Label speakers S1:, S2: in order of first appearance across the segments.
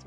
S1: Se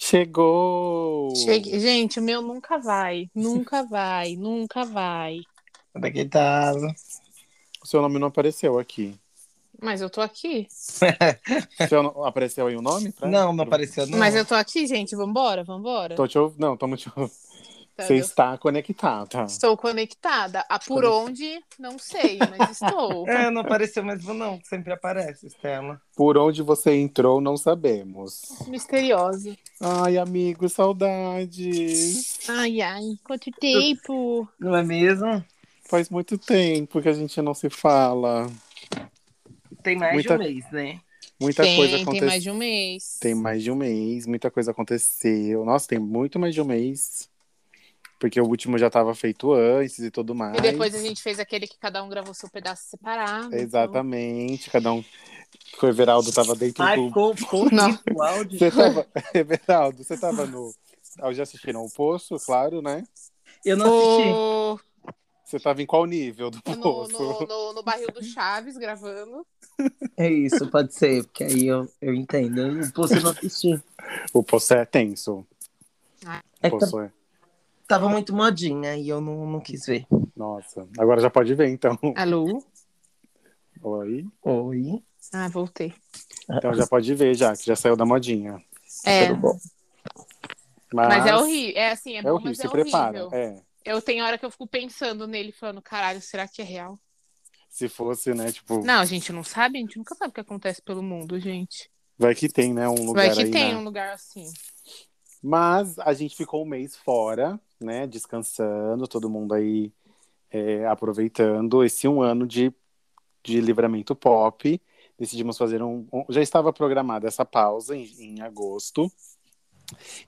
S2: Chegou!
S3: Chegue- Gente, o meu nunca vai. Nunca vai, nunca vai.
S1: Daqui tá.
S2: O seu nome não apareceu aqui.
S3: Mas eu tô aqui.
S2: Seu no- Apareceu aí o nome? pra-
S1: Não, não
S2: pro-
S1: apareceu não.
S3: Mas eu tô aqui, gente. Vambora, vambora.
S2: Tô te ouvindo. Não, tamo te ouvindo.
S3: Tá,
S2: Você
S3: eu
S2: está conectada.
S3: Estou conectada. Ah, por onde? Não sei, mas estou.
S1: É, não apareceu mesmo não. Sempre aparece, Estela.
S2: Por onde você entrou, não sabemos.
S3: Misteriosa.
S2: Ai, amigo, saudades.
S3: Ai, ai. Quanto tempo.
S1: Não é mesmo?
S2: Faz muito tempo que a gente não se fala.
S1: Tem mais
S2: Muita-
S1: de um mês, né?
S2: Muita coisa
S3: Tem, tem
S2: aconteceu.
S3: mais de um mês.
S2: Tem mais de um mês, muita coisa aconteceu. Nossa, tem muito mais de um mês. Porque o último já estava feito antes e tudo mais.
S3: E depois a gente fez aquele que cada um gravou seu pedaço separado.
S2: Exatamente, cada um. O Everaldo tava dentro
S1: Ai,
S2: do.
S1: ficou
S3: Não.
S1: o áudio.
S2: Você tava... Everaldo, você tava no. Ah, já assistiram o Poço, claro, né?
S1: Eu não assisti.
S3: O-
S2: Você tava em qual nível do
S3: No,
S2: Poço?
S3: no, no, no barril do Chaves gravando.
S1: É isso, pode ser, porque aí eu, eu entendo. Eu- Pô, Você não assistiu.
S2: O Poço é tenso.
S1: É
S2: O
S1: que tá-
S2: Poço é...
S1: tava muito modinha e eu não, não quis ver.
S2: Nossa, agora já pode ver, então.
S3: Alô?
S2: Oi.
S1: Oi.
S3: Ah, voltei.
S2: Então já pode ver, já, que já saiu da modinha.
S3: É,
S1: Tudo bom.
S2: Mas,
S3: mas é horrível. É assim, é,
S2: É
S3: bom,
S2: horrível,
S3: mas é
S2: se
S3: horrível.
S2: prepara. É.
S3: Eu tenho hora que eu fico pensando nele, falando, caralho, será que é real?
S2: Se fosse, né, tipo,
S3: Não, a gente não sabe, a gente nunca sabe o que acontece pelo mundo, gente.
S2: vai que tem, né, um lugar
S3: Vai que
S2: aí,
S3: tem
S2: né?
S3: um lugar assim.
S2: Mas a gente ficou um mês fora, né, descansando, todo mundo aí é, aproveitando esse um ano de, de livramento pop. Decidimos fazer um, um- Já estava programada essa pausa em, em agosto.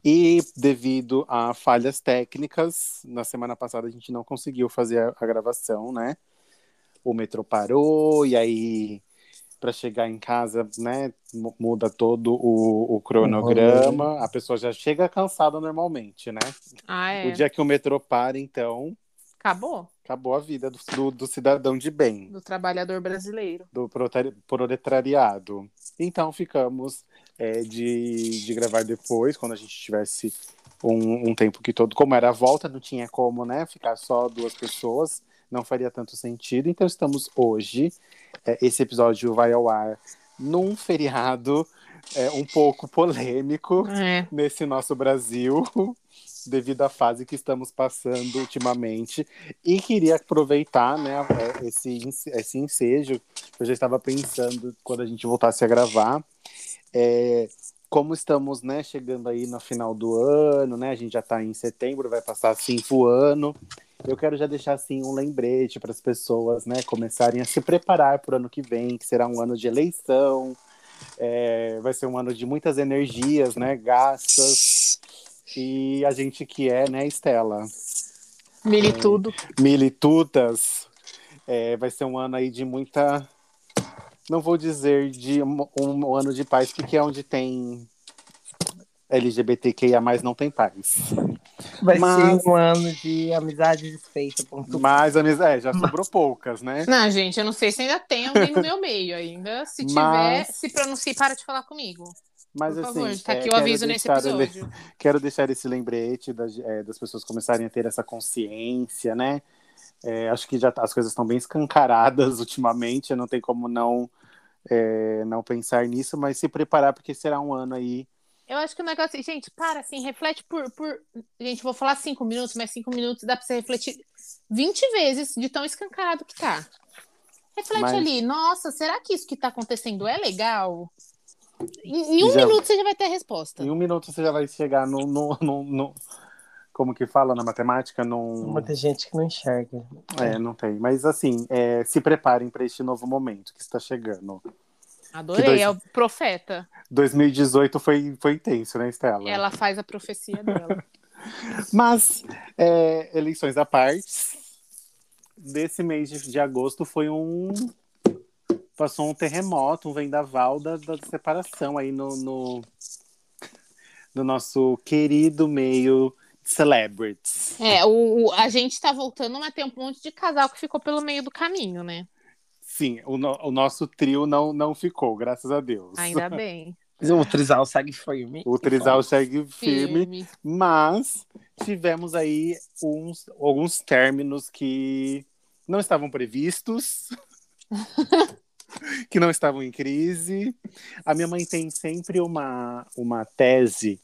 S2: E devido a falhas técnicas, na semana passada a gente não conseguiu fazer a, a gravação, né? O metrô parou, e aí para chegar em casa, né, mu- muda todo o, o cronograma. A pessoa já chega cansada normalmente, né?
S3: Ah, é.
S2: O dia que o metrô para, então,
S3: Acabou.
S2: acabou a vida do, do- do cidadão de bem,
S3: Do trabalhador brasileiro.
S2: do protari- proletariado. Então ficamos é, de, de gravar depois, quando a gente tivesse um, um tempo que todo. Como era a volta, não tinha como, né? Ficar só duas pessoas, não faria tanto sentido. Então estamos hoje. É, esse episódio vai ao ar num feriado é, um pouco polêmico
S3: É.
S2: nesse nosso Brasil, devido à fase que estamos passando ultimamente. E queria aproveitar né, é, esse, ence- esse ensejo, eu já estava pensando quando a gente voltasse a gravar. é, como estamos né, chegando aí no final do ano, né? A gente já está em setembro, vai passar assim o ano. Eu quero já deixar assim um lembrete para as pessoas, né, começarem a se preparar para o ano que vem, que será um ano de eleição, é, vai ser um ano de muitas energias, né, gastas. E a gente que é, né, Estela, É.
S3: Militudo.
S2: militutas, é, vai ser um ano aí de muita, não vou dizer de um, um ano de paz, porque é onde tem LGBTQIA+, não tem paz.
S1: Vai
S2: Mas-
S1: ser um ano de amizade desfeita. Ponto.
S2: Mas, amiz- é, já sobrou poucas, né?
S3: Não, gente, eu não sei se ainda tem alguém no meu meio ainda. Se tiver,
S2: Mas-
S3: se pronuncie, para de falar comigo.
S2: Mas,
S3: Por favor,
S2: assim,
S3: tá
S2: é,
S3: aqui o
S2: quero
S3: aviso nesse
S2: deixar ele-
S3: episódio.
S2: quero deixar esse lembrete das, eh, das pessoas começarem a ter essa consciência, né? Eh, acho que já tá- as coisas estão bem escancaradas ultimamente, não tem como não eh, não pensar nisso, mas se preparar porque será um ano aí
S4: Eu acho que o negócio. é, Gente, para, assim, reflete por. por... Gente, vou falar cinco minutos, mas cinco minutos dá pra você refletir 20 vezes de tão escancarado que tá. Reflete
S2: Mas-
S4: ali, nossa, será que isso que tá acontecendo é legal? Em, em um
S2: Já-
S4: minuto você já vai ter a resposta.
S2: Em um minuto você já vai chegar no. no, no, no- como que fala na matemática? Num,
S1: um. Muita gente que não enxerga.
S2: é, não tem. Mas assim, é, se preparem para este novo momento que está chegando.
S4: Adorei,
S2: dois-
S4: é o profeta.
S2: 2018 foi, foi intenso, né, Estela?
S4: Ela faz a profecia dela.
S2: Mas, é, eleições à parte, desse mês de, de agosto foi um. Passou um terremoto, um vendaval da, da separação aí no, no. do nosso querido meio de celebrities.
S4: É, o, o- a gente tá voltando, mas tem um monte de casal que ficou pelo meio do caminho, né?
S2: Sim, o, no- o nosso trio não, não ficou, graças a Deus.
S4: Ainda bem.
S1: O Trizal segue firme. Então,
S2: O Trizal segue firme,
S4: Firme.
S2: mas tivemos aí uns, alguns términos que não estavam previstos, que não estavam em crise. A minha mãe tem sempre uma, uma tese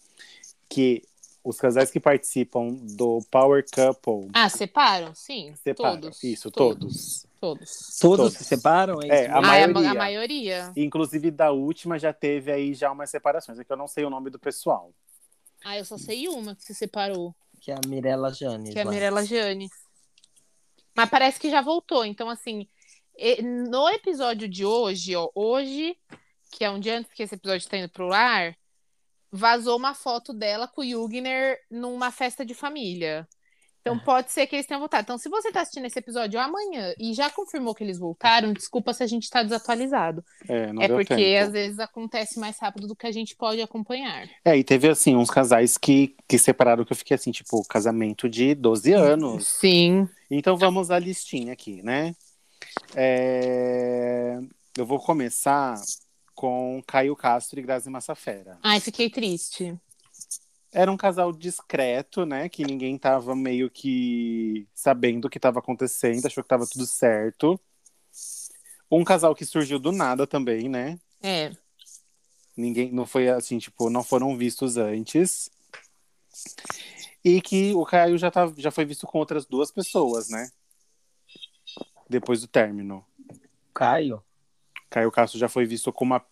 S2: que os casais que participam do Power Couple
S4: Ah, separam? Sim.
S2: separam.
S4: Todos.
S2: Isso,
S4: Todos. Ah,
S1: Todos
S2: Todos.
S1: se separam?
S2: É,
S1: isso?
S2: a
S4: A,
S2: ma- maioria.
S4: maioria. a maioria.
S2: Inclusive, da última já teve aí já umas separações, é que eu não sei o nome do pessoal.
S4: Ah, eu só sei uma que se separou,
S1: Que é a Mirella Janes.
S4: que é a
S1: lá.
S4: Mirella Gianni. Mas parece que já voltou. Então, assim, e- no episódio de hoje, ó, hoje, que é um dia antes que esse episódio tá indo pro ar, vazou uma foto dela com o Jugner numa festa de família.
S2: É.
S4: Então, pode ser que eles tenham voltado. Então, se você tá assistindo esse episódio amanhã e já confirmou que eles voltaram, desculpa se a gente tá desatualizado.
S2: É, não
S4: é
S2: deu
S4: porque
S2: tempo.
S4: às vezes acontece mais rápido do que a gente pode acompanhar.
S2: É, e teve assim, uns casais que, que separaram que eu fiquei assim, tipo, casamento de 12 anos.
S4: Sim.
S2: Então vamos à listinha aqui, né? É, Eu vou começar com Caio Castro e Grazi Massafera.
S4: Ai, fiquei triste.
S2: Era um casal discreto, né? Que ninguém tava meio que sabendo o que tava acontecendo, achou que tava tudo certo. Um casal que surgiu do nada também, né?
S4: É.
S2: Ninguém não foi assim, tipo, não foram vistos antes. E que o Caio já, tá, já foi visto com outras duas pessoas, né? Depois do término.
S1: Caio.
S2: Caio Castro já foi visto com uma.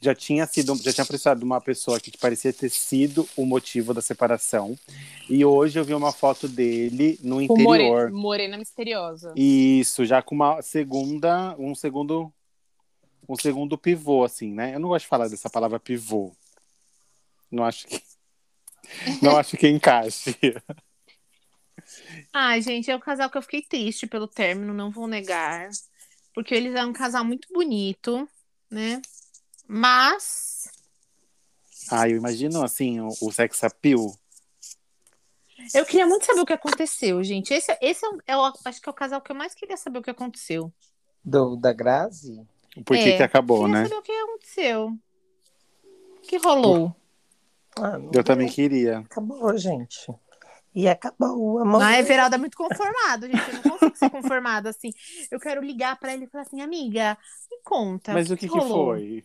S2: Já tinha sido. Já tinha precisado de uma pessoa que parecia ter sido o motivo da separação. E hoje eu vi uma foto dele no
S4: Com
S2: interior.
S4: Morena, Morena Misteriosa.
S2: Isso, já com uma segunda. Um segundo. Um segundo pivô, assim, né? Eu não gosto de falar dessa palavra pivô. Não acho que. Não acho que encaixe.
S4: Ai, gente, é um casal que eu fiquei triste pelo término, não vou negar. Porque eles eram um casal muito bonito, né? Mas.
S2: Ah, eu imagino, assim, o, o sex appeal.
S4: Eu queria muito saber o que aconteceu, gente. Esse, esse é, o- é o- acho que é o casal que eu mais queria saber o que aconteceu.
S1: Do, da Grazi?
S2: Por que
S4: É,
S2: que acabou,
S4: queria
S2: né?
S4: saber o que aconteceu. O que rolou?
S1: Ah, não
S2: Eu também queria.
S1: Acabou, gente. E acabou, amor.
S4: Ah, Everaldo é muito conformado, gente. Eu não consigo ser conformado assim. Eu quero ligar pra ele e falar assim, amiga, me conta.
S2: Mas o que, que
S4: Tá. rolou?
S2: foi?
S4: O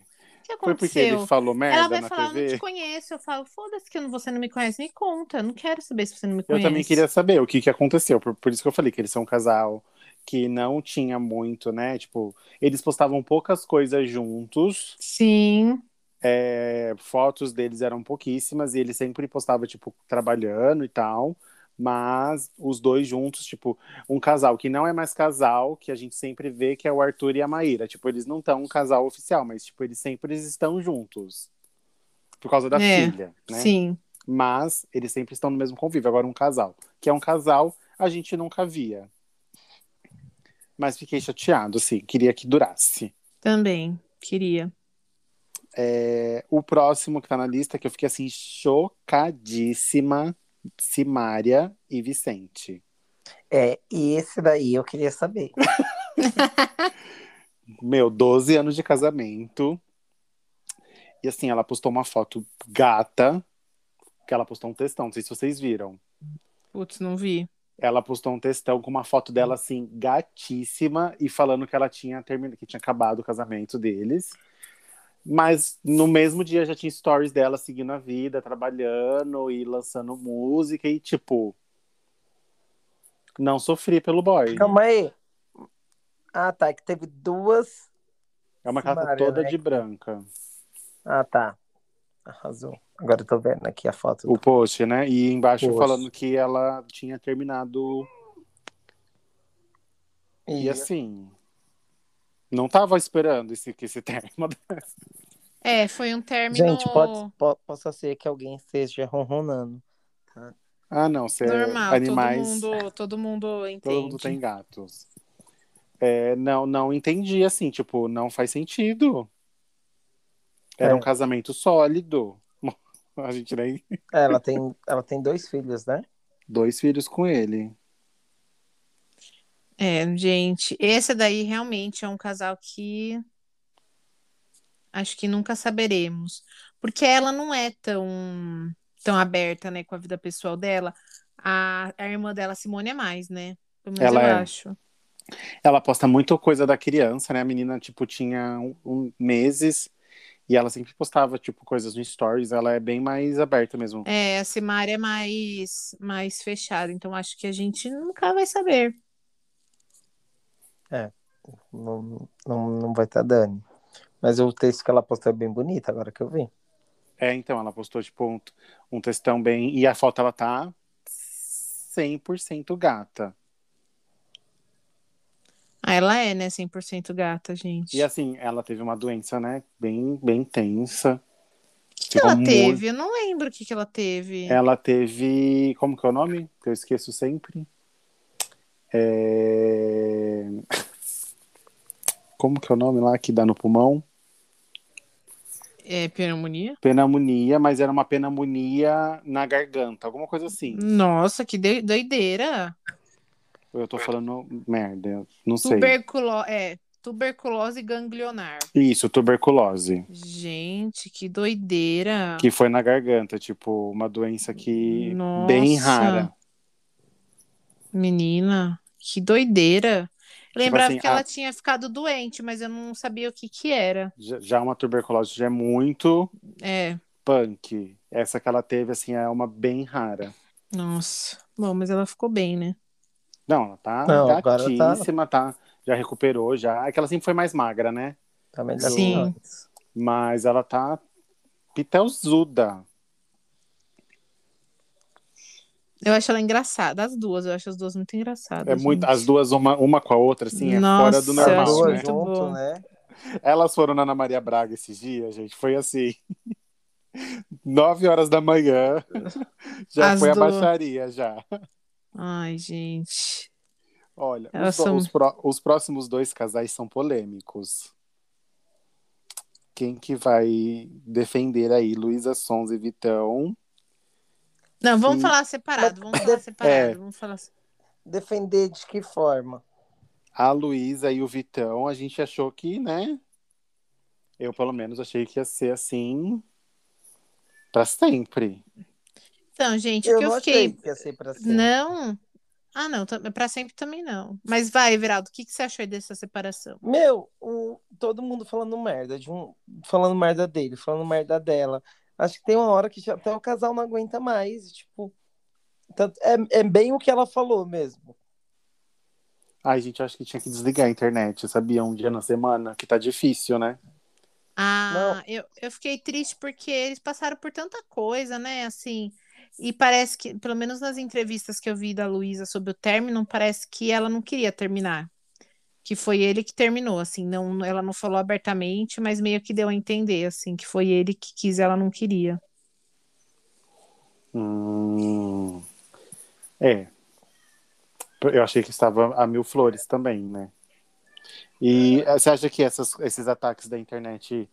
S2: Foi
S4: que aconteceu?
S2: porque ele falou merda
S4: Ela vai
S2: na
S4: falar, eu não
S2: TV?
S4: te conheço. Eu falo, foda-se que eu não- você não me conhece, me conta. Eu não quero saber se você não me
S2: Eu
S4: conhece.
S2: também queria saber o que, que aconteceu. Por, por isso que eu falei que eles são um casal que não tinha muito, né? Tipo, eles postavam poucas coisas juntos.
S4: Sim.
S2: é, fotos deles eram pouquíssimas e ele sempre postava, tipo, trabalhando e tal. Mas os dois juntos, tipo, um casal que não é mais casal, que a gente sempre vê que é o Arthur e a Maíra. Tipo, eles não estão um casal oficial, mas, tipo, eles sempre estão juntos. Por causa da
S4: É,
S2: filha, né?
S4: Sim.
S2: mas eles sempre estão no mesmo convívio. Agora, um casal, que é um casal, a gente nunca via. Mas fiquei chateado, assim, queria que durasse.
S4: Também. Queria.
S2: É, o próximo que tá na lista, que eu fiquei assim, chocadíssima, Simária e Vicente.
S1: É, e esse daí eu queria saber.
S2: Meu, 12 anos de casamento. E assim, ela postou uma foto gata, que ela postou um textão, não sei se vocês viram.
S4: Putz, não vi.
S2: ela postou um textão com uma foto
S1: Hum.
S2: dela assim, gatíssima, e falando que ela tinha terminado, que tinha acabado o casamento deles. Mas no mesmo dia já tinha stories dela seguindo a vida, trabalhando e lançando música e tipo. Não sofri pelo boy.
S1: Calma aí. Ah, tá. É que teve duas.
S2: É uma casa
S1: Mara,
S2: toda
S1: né?
S2: de branca.
S1: Ah, tá. Arrasou. Agora eu tô vendo aqui a foto.
S2: O post, né? E embaixo
S1: Post.
S2: falando que ela tinha terminado. E
S1: E
S2: assim. Não tava esperando esse, que esse termo.
S4: É, foi um término
S1: Gente, pode, po- possa ser que alguém esteja ronronando.
S2: Ah, não. Ser
S4: normal.
S2: animais.
S4: Todo mundo, todo mundo entende.
S2: Todo mundo tem gatos. É, não, não entendi, assim, tipo, não faz sentido. Era
S1: É.
S2: um casamento sólido. A gente nem.
S1: É, Ela tem, ela tem dois filhos, né?
S2: Dois filhos com ele.
S4: É, gente, esse daí realmente é um casal que acho que nunca saberemos, porque ela não é tão tão aberta, né, com a vida pessoal dela. A, a irmã dela, Simone, é mais, né? Pelo menos
S2: Ela
S4: eu
S2: é.
S4: acho.
S2: Ela posta muita coisa da criança, né? A menina, tipo, tinha um, um- meses e ela sempre postava, tipo, coisas no stories. Ela é bem mais aberta mesmo.
S4: É, a Simara é mais mais fechada, então acho que a gente nunca vai saber.
S1: Não, não, não vai estar Dani. Mas o texto que ela postou é bem bonito, agora que eu vi.
S2: É, então, ela postou, tipo, um, um textão bem. E a foto, ela tá 100% gata.
S4: Ah, ela é, né, 100% gata, gente.
S2: E assim, ela teve uma doença, né? Bem, bem tensa.
S4: O que que ela teve? Eu não lembro o que que ela teve.
S2: Ela teve. Como que é o nome? Que eu esqueço sempre. É... Como que é o nome lá que dá no pulmão?
S4: É pneumonia?
S2: Pneumonia, mas era uma pneumonia na garganta, alguma coisa assim.
S4: Nossa, que doi- doideira.
S2: Eu tô falando merda, eu não sei.
S4: Tuberculo... É, tuberculose ganglionar.
S2: Isso, tuberculose.
S4: Gente, que doideira.
S2: Que foi na garganta, tipo, uma doença que.
S4: Nossa.
S2: Bem rara.
S4: Menina, que doideira. Eu Lembrava
S2: assim,
S4: que ela
S2: a-
S4: tinha ficado doente, mas eu não sabia o que que era.
S2: Já- Já uma tuberculose já é muito
S4: É,
S2: punk. Essa que ela teve, assim, é uma bem rara.
S4: nossa. Bom, mas ela ficou bem, né?
S2: Não, ela tá
S1: Não, agora tá-
S2: gatíssima, tá... Já recuperou, já. É que ela sempre foi mais magra, né?
S1: Tá melhor
S4: Sim.
S1: que antes.
S2: Mas ela tá pitelzuda.
S4: Eu acho ela engraçada, as duas. Eu acho as duas muito engraçadas.
S2: É muito,
S4: gente.
S2: as duas, uma, uma com a outra, assim, é fora do
S4: Nossa,
S1: As
S2: normal,
S1: duas
S2: né?
S4: muito bom.
S1: Tá junto, né?
S2: Elas foram na Ana Maria Braga esses dias, gente. Foi assim. nove horas da manhã. Já
S4: As
S2: foi a
S4: duas.
S2: baixaria, já.
S4: Ai, gente.
S2: Olha, os,
S4: Elas
S2: do-
S4: são-
S2: os pró- os próximos dois casais são polêmicos. Quem que vai defender aí? Luísa Sons e Vitão.
S4: Não, vamos
S1: Hum.
S2: E-
S4: falar separado. Vamos
S1: É.
S4: falar separado. Vamos falar se-
S1: Defender de que forma?
S2: A Luísa e o Vitão, a gente achou que, né? Eu, pelo menos, achei que ia ser assim pra sempre.
S4: Então, gente, o
S1: Eu
S4: que eu
S1: não
S4: fiquei né?
S1: achei que ia ser pra sempre.
S4: Não. Ah, não, tam- pra sempre também não. Mas vai, Everaldo, o que, que você achou aí dessa separação?
S1: Meu, o- todo mundo falando merda, de um, falando merda dele, falando merda dela. Acho que tem uma hora que já, até o casal não aguenta mais, e, tipo, tanto- é, é bem o que ela falou mesmo.
S2: Ai, gente, eu acho que tinha que desligar a internet, sabia? Um dia na semana, que tá difícil, né?
S4: Ah, eu, eu fiquei triste porque eles passaram por tanta coisa, né? Assim, e parece que, pelo menos nas entrevistas que eu vi da Luísa sobre o término, parece que ela não queria terminar. Que foi ele que terminou, assim, não, ela não falou abertamente, mas meio que deu a entender, assim, que foi ele que quis, ela não queria.
S2: Hum... É. Eu achei que estava a mil flores também, né? E eh, você acha que essas- esses ataques da internet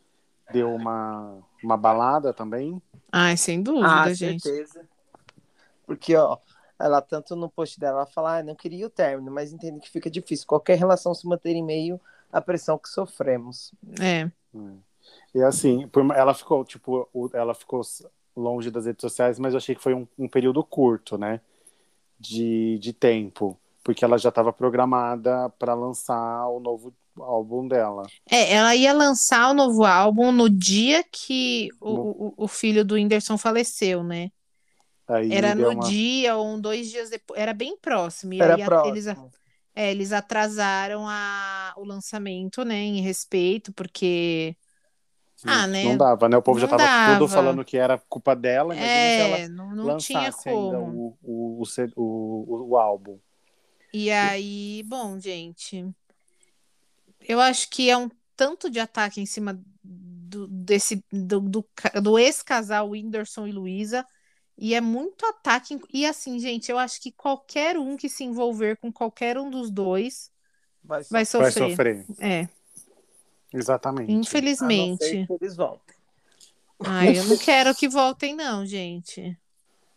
S2: deu uma, uma balada também?
S4: Ai, sem dúvida, gente.
S1: Ah, certeza. Porque, ó, ela tanto no post dela, ela fala, ah, não queria o término, mas entendo que fica difícil qualquer relação se manter em meio à pressão que sofremos.
S4: É.
S2: E assim, por ma- ela ficou, tipo, o- ela ficou s- longe das redes sociais, mas eu achei que foi um, um período curto, né? De, de tempo. Porque ela já estava programada para lançar o novo, álbum dela.
S4: É, ela ia lançar o novo álbum no dia que
S2: Bom.
S4: o, o, o filho do Whindersson faleceu, né?
S2: Aí
S4: Era
S2: deu
S4: no
S2: uma-
S4: dia ou um, dois dias depois. Era bem próximo. E
S1: Era
S4: aí a-
S1: próximo.
S4: eles, a- é, eles atrasaram a, o lançamento, né? Em respeito, porque. Ah, né?
S2: assim, Não dava, né? O povo já
S4: Não
S2: tava tudo
S4: dava.
S2: falando que era culpa dela, imagina se ela
S4: É, não, não tinha
S2: lançasse ainda um.
S4: como.
S2: o, o, o, C- o, o- o álbum.
S4: E aí, bom, gente, eu acho que é um tanto de ataque em cima do, desse, do, do, ca- do ex-casal Whindersson e Luísa, e é muito ataque. em- E assim, gente, eu acho que qualquer um que se envolver com qualquer um dos dois
S1: Vai ser-
S4: vai
S2: Vai
S4: sofrer.
S2: sofrer.
S4: É,
S2: Exatamente.
S1: a não ser
S4: infelizmente.
S1: que Eles vão.
S4: Ai, eu não quero que voltem, não, gente.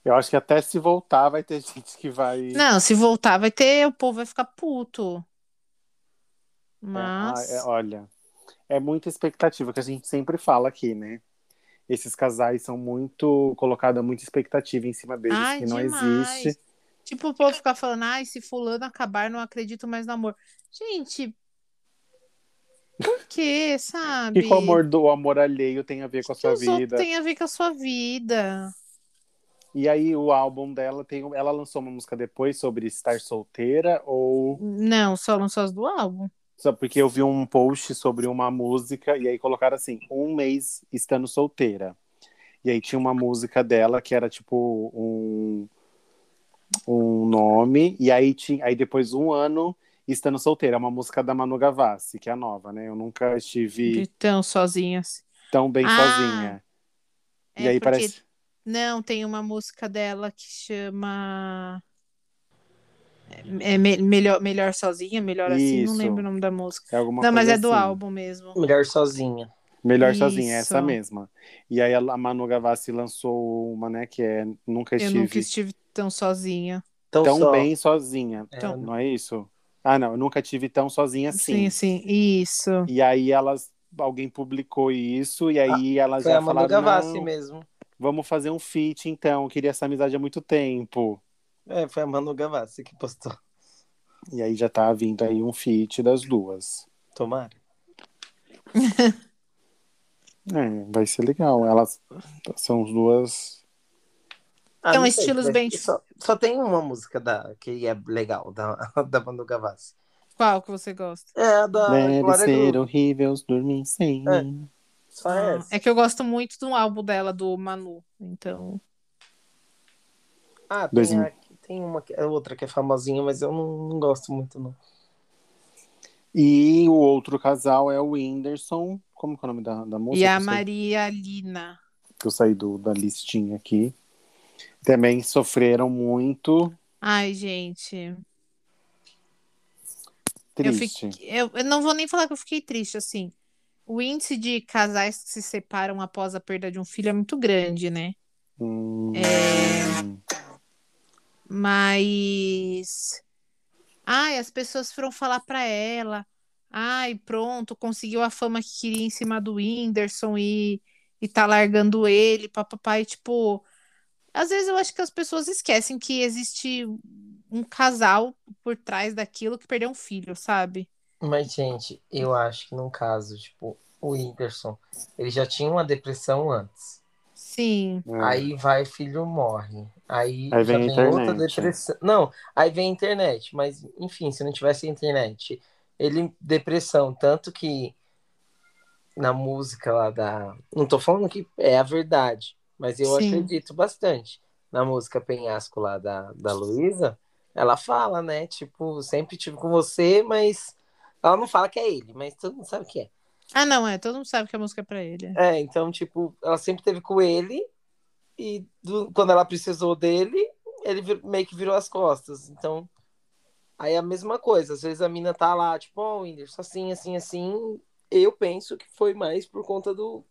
S2: Eu acho que até se voltar vai ter gente que vai.
S4: Não, se voltar, vai ter, o povo vai ficar puto.
S2: É, ah,
S4: Mas.
S2: é, olha, é muita expectativa que a gente sempre fala aqui, né? Esses casais são muito colocada muita expectativa em cima deles
S4: Ai,
S2: que não
S4: demais.
S2: existe.
S4: Tipo, o povo ficar falando, ai, se fulano acabar, não acredito mais no amor. Gente, por quê, sabe?
S2: E que o amor do o amor alheio tem a ver com a
S4: que
S2: sua
S4: os
S2: vida.
S4: outros têm a ver com a sua vida?
S2: E aí o álbum dela tem, ela lançou uma música depois sobre estar solteira ou
S4: Não, só lançou as do álbum.
S2: Só porque eu vi um post sobre uma música e aí colocaram assim, um mês estando solteira. E aí tinha uma música dela que era tipo um, um nome, e aí, tinha, aí depois um ano estando solteira. É uma música da Manu Gavassi, que é a nova, né? Eu nunca estive
S4: De tão sozinhas.
S2: tão bem
S4: Ah,
S2: sozinha.
S4: É
S2: e aí
S4: porque
S2: parece.
S4: não tem uma música dela que chama é me- melhor melhor sozinha, melhor assim, não
S2: Isso.
S4: lembro o nome da música.
S2: É alguma
S4: não, mas
S2: coisa
S4: é do
S2: assim.
S4: álbum mesmo.
S1: Mulher sozinha.
S2: Melhor sozinha, é
S4: Isso.
S2: essa mesma. E aí a a Manu Gavassi lançou uma, né, que é Nunca
S4: Eu
S2: Estive
S4: nunca estive tão sozinha.
S1: Então,
S2: Tão
S1: só,
S2: Bem Sozinha.
S1: é,
S4: Então,
S2: Não é isso? Ah, não, eu nunca tive tão sozinha assim.
S4: Sim, sim, isso.
S2: E aí elas, alguém publicou isso e aí elas
S1: Ah, foi
S2: já
S1: a Manu
S2: falaram,
S1: Gavassi
S2: não,
S1: mesmo.
S2: vamos fazer um feat então, eu queria essa amizade há muito tempo.
S1: É, foi a Manu Gavassi que postou.
S2: E aí já tá vindo aí um feat das duas.
S1: Tomara.
S2: É, vai ser legal. Elas são as duas.
S1: Ah,
S4: Então,
S1: não
S4: estilos
S1: né?
S4: bem-
S1: Só, só tem uma música da, que é legal, da, da Manu Gavassi.
S4: Qual que você gosta?
S1: É, a da
S2: Deve
S1: Glória
S2: ser
S1: Groove.
S2: horrível dormir sem
S1: É.
S2: mim.
S1: Só essa.
S4: É que eu gosto muito do álbum dela, do Manu. Então.
S1: Ah,
S2: Dois
S1: tem, a- tem uma, que- é outra que é famosinha, mas eu não, não gosto muito, não.
S2: E o outro casal é o Whindersson. Como que é o nome da, da música?
S4: E a
S2: Que eu sei-
S4: Maria Lina.
S2: Que eu saí do- da listinha aqui. Também sofreram muito.
S4: Ai, gente. Eu,
S2: Triste.
S4: fiquei, eu, eu não vou nem falar que eu fiquei triste, assim. O índice de casais que se separam após a perda de um filho é muito grande, né?
S2: Hum,
S4: Mas. Ai, as pessoas foram falar pra ela. Ai, pronto, conseguiu a fama que queria em cima do Whindersson e, e tá largando ele, papapá. E tipo, às vezes eu acho que as pessoas esquecem que existe um casal por trás daquilo que perdeu um filho, sabe?
S1: Mas, gente, eu acho que num caso, tipo, o Whindersson, ele já tinha uma depressão antes.
S4: Sim,
S2: é.
S1: Aí vai, filho morre. Aí,
S2: Aí
S1: já
S2: vem a
S1: vem outra
S2: internet.
S1: depressão. Não, aí vem a internet. Mas, enfim, se não tivesse a internet, ele depressão. Tanto que na música lá da. Não tô falando que é a verdade, mas eu
S4: Sim.
S1: acredito bastante. Na música Penhasco lá da, da Luísa, ela fala, né? Tipo, sempre tive com você, mas. Ela não fala que é ele, mas todo mundo sabe que é.
S4: Ah, não, é. Todo mundo sabe que a música é pra ele.
S1: É, então, tipo, ela sempre teve com ele e do- quando ela precisou dele, ele vir- meio que virou as costas. Então, aí é a mesma coisa. Às vezes a mina tá lá, tipo, ó, Whindersson, assim, assim, assim. Eu penso que foi mais por conta do,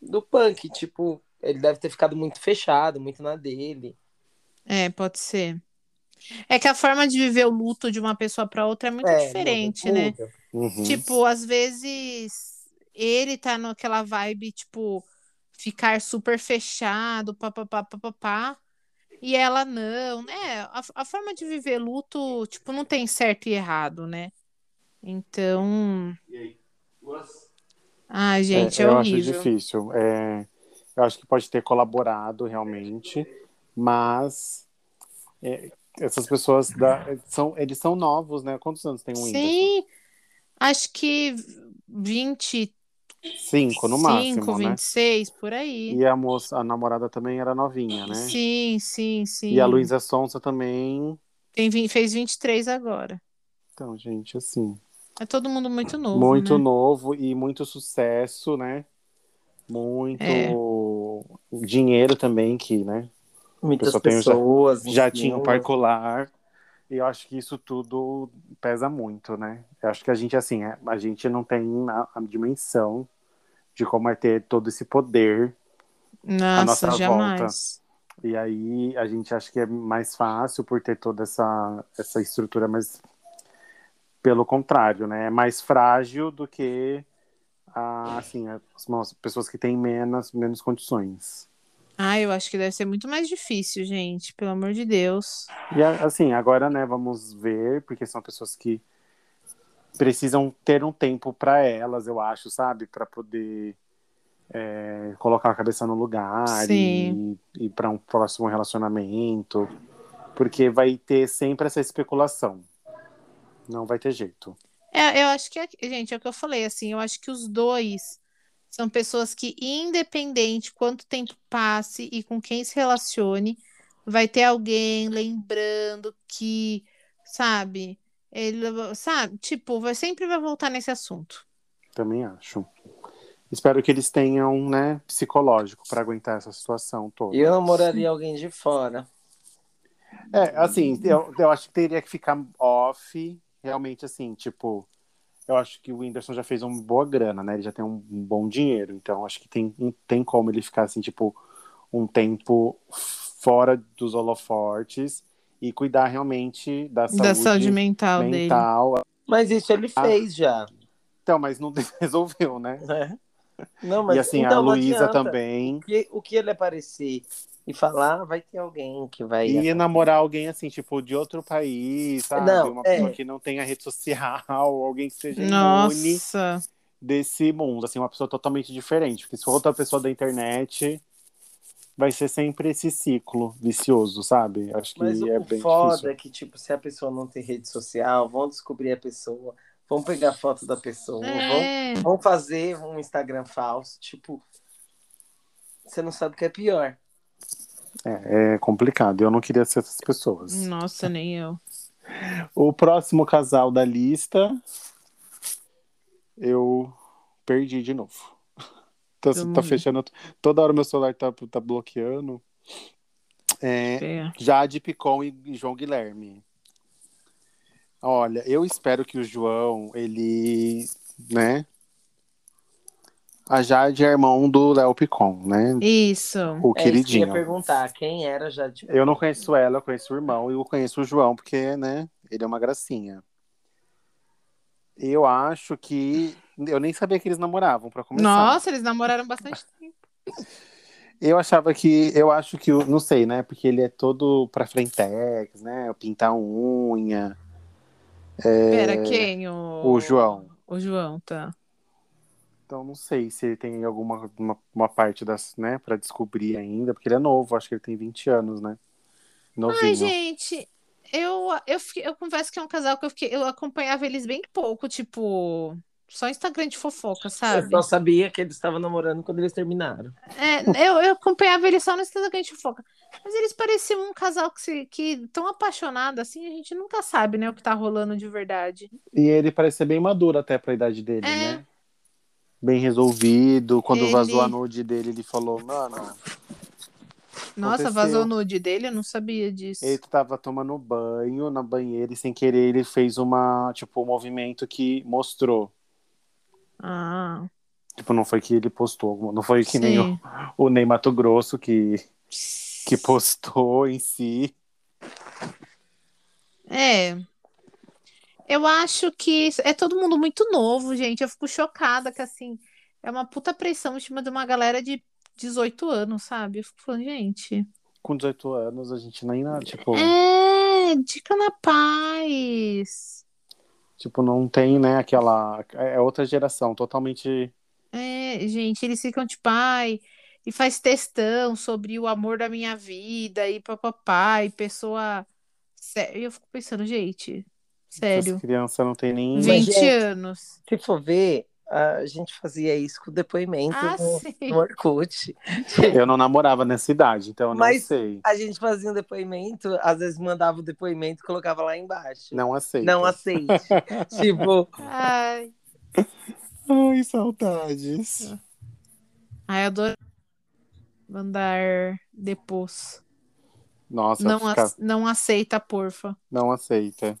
S1: do punk. Tipo, ele deve ter ficado muito fechado, muito na dele.
S4: É, pode ser. É que a forma de viver o luto de uma pessoa pra outra é muito
S1: É,
S4: diferente,
S1: muda,
S4: né?
S1: muda.
S2: Uhum.
S4: Tipo, às vezes ele tá naquela vibe, tipo, ficar super fechado, papapá, papapá, e ela não, né? A, a forma de viver luto, tipo, não tem certo e errado, né? Então. Ai, gente, é,
S2: eu acho
S4: horrível.
S2: difícil. É, eu acho que pode ter colaborado realmente, mas é, essas pessoas da- são, eles são novos, né? Quantos anos tem o Whindersson?
S4: Sim, acho que 25,
S2: Cinco no máximo, né?
S4: 26, por aí.
S2: E a moça, a namorada também era novinha, né?
S4: Sim, sim, sim.
S2: E a Luísa Sonsa também.
S4: Tem, vin- fez 23 agora.
S2: Então, gente, assim.
S4: É todo mundo muito novo.
S2: muito
S4: né?
S2: novo e muito sucesso, né? Muito
S4: É.
S2: dinheiro também que, né?
S1: Muitas
S2: Pessoa tem um ja-
S1: pessoas.
S2: Já
S1: enfim,
S2: tinha um o
S1: eu-
S2: parcolar. E eu acho que isso tudo pesa muito, né? Eu acho que a gente, assim, é- a gente não tem a, a dimensão de como é ter todo esse poder.
S4: Nossa,
S2: nossa
S4: jamais.
S2: E aí a gente acha que é mais fácil por ter toda essa, essa estrutura, mas pelo contrário, né? É mais frágil do que a, assim, as mãos- pessoas que têm menos, menos condições.
S4: Ah, eu acho que deve ser muito mais difícil, gente. Pelo amor de Deus.
S2: E a- assim, agora, né, vamos ver, porque são pessoas que precisam ter um tempo para elas, eu acho, sabe? Para poder é, colocar a cabeça no lugar
S4: Sim.
S2: e ir para um próximo relacionamento, porque vai ter sempre essa especulação. Não vai ter jeito.
S4: É, eu acho que, gente, é o que eu falei, assim, eu acho que os dois são pessoas que, independente quanto tempo passe e com quem se relacione, vai ter alguém lembrando que, sabe, ele, sabe, tipo, vai, sempre vai voltar nesse assunto.
S2: Também acho. Espero que eles tenham, né, psicológico para aguentar essa situação toda.
S1: Eu namoraria alguém de fora.
S2: É, assim, eu, eu acho que teria que ficar off, realmente, assim, tipo, eu acho que o Whindersson já fez uma boa grana, né? Ele já tem um, um bom dinheiro, então acho que tem, tem como ele ficar, assim, tipo, um tempo fora dos holofortes e cuidar realmente da saúde,
S4: da saúde mental dele.
S2: mental.
S1: Mas isso ele
S2: Ah.
S1: fez já.
S2: Então, mas não resolveu, né?
S1: Né? Não, mas
S2: e assim,
S1: então,
S2: a
S1: não
S2: Luísa
S1: adianta.
S2: também.
S1: O que, o que ele aparecer e falar, vai ter alguém que vai.
S2: E namorar alguém assim, tipo, de outro país, sabe?
S1: Não,
S2: Uma
S1: é.
S2: pessoa que não tenha rede social, alguém que seja imune.
S4: Nossa,
S2: desse mundo, assim, uma pessoa totalmente diferente. Porque se for outra pessoa da internet, vai ser sempre esse ciclo vicioso, sabe? Acho que
S1: Mas o
S2: é bem
S1: foda
S2: difícil.
S1: é que, tipo, se a pessoa não tem rede social, vão descobrir a pessoa, vão pegar foto da pessoa,
S4: é,
S1: vão, vão fazer um Instagram falso. Tipo, você não sabe o que é pior.
S2: É, é complicado. Eu não queria ser essas pessoas.
S4: nossa, nem eu.
S2: O próximo casal da lista, eu perdi de novo. Tá,
S4: Vamos
S2: tá
S4: ver.
S2: fechando. Toda hora meu celular tá, tá bloqueando. É,
S4: É.
S2: Jade Picon e João Guilherme. Olha, eu espero que o João, ele, né? A Jade é irmão do Léo Picon, né?
S4: Isso.
S2: O
S1: É isso que eu ia
S2: queridinho.
S1: perguntar, quem era já tipo, de
S2: eu não conheço ela, eu conheço o irmão e eu conheço o João porque, né? Ele é uma gracinha. Eu acho que eu nem sabia que eles namoravam pra começar.
S4: Nossa, eles namoraram bastante tempo.
S2: Eu achava que. Eu acho que. o- Não sei, né? Porque ele é todo pra frentex, né? Pintar unha.
S4: Pera, quem? O...
S2: É, O João.
S4: O João, tá.
S2: Então não sei se ele tem alguma uma, uma parte das, né, para descobrir ainda, porque ele é novo, acho que ele tem 20 anos, né?
S4: Ai,
S2: Novinho.
S4: gente, eu, eu, fiquei- eu confesso que é um casal que eu, fiquei, eu acompanhava eles bem pouco, tipo, só Instagram de fofoca,
S1: Eu
S4: sabe?
S1: só sabia que eles estavam namorando quando eles terminaram.
S4: É, eu, eu acompanhava eles só no Instagram de fofoca. Mas eles pareciam um casal que, se, que tão apaixonado assim, a gente nunca sabe, né, o que tá rolando de verdade.
S2: E ele parece ser bem maduro até pra idade dele,
S4: É.
S2: né? Bem resolvido. Quando
S4: Ele-
S2: vazou a nude dele, ele falou: "Mano,
S4: Nossa,
S2: Aconteceu.
S4: vazou o nude dele, eu não sabia disso.
S2: ele tava tomando banho na banheira e sem querer ele fez uma, tipo, um movimento que mostrou.
S4: Ah,
S2: Tipo, não foi que ele postou, alguma- não foi que nem o,
S4: sim.
S2: o Ney Mato Grosso que que postou em si.
S4: É. Eu acho que isso- é todo mundo muito novo, gente. Eu fico chocada que, assim, é uma puta pressão em cima de uma galera de 18 anos, sabe? Eu fico falando, gente.
S2: Com 18 anos, a gente nem, tipo,
S4: É, dica na paz.
S2: Tipo, não tem, né, aquela. É outra geração, totalmente.
S4: É, gente, eles ficam tipo, ai, e faz textão sobre o amor da minha vida, e papapá, e pessoa. sé- E eu fico pensando, gente, sério,
S2: As crianças não tem nem.
S1: Vi- Mas,
S4: 20
S1: gente,
S4: anos.
S1: Se for ver, a gente fazia isso com depoimento
S4: Ah,
S1: no,
S4: sim.
S1: no Orkut.
S2: Eu não namorava nessa idade, então eu não
S1: Mas-
S2: sei.
S1: A gente fazia um depoimento, às vezes mandava o depoimento e colocava lá embaixo.
S2: Não é aceito.
S1: Não aceite. tipo,
S4: Ai,
S2: Ai, saudades.
S4: É. ai, adoro mandar depois.
S2: Nossa,
S4: Não,
S2: fica-
S4: ac- não aceita, porfa.
S2: não aceita.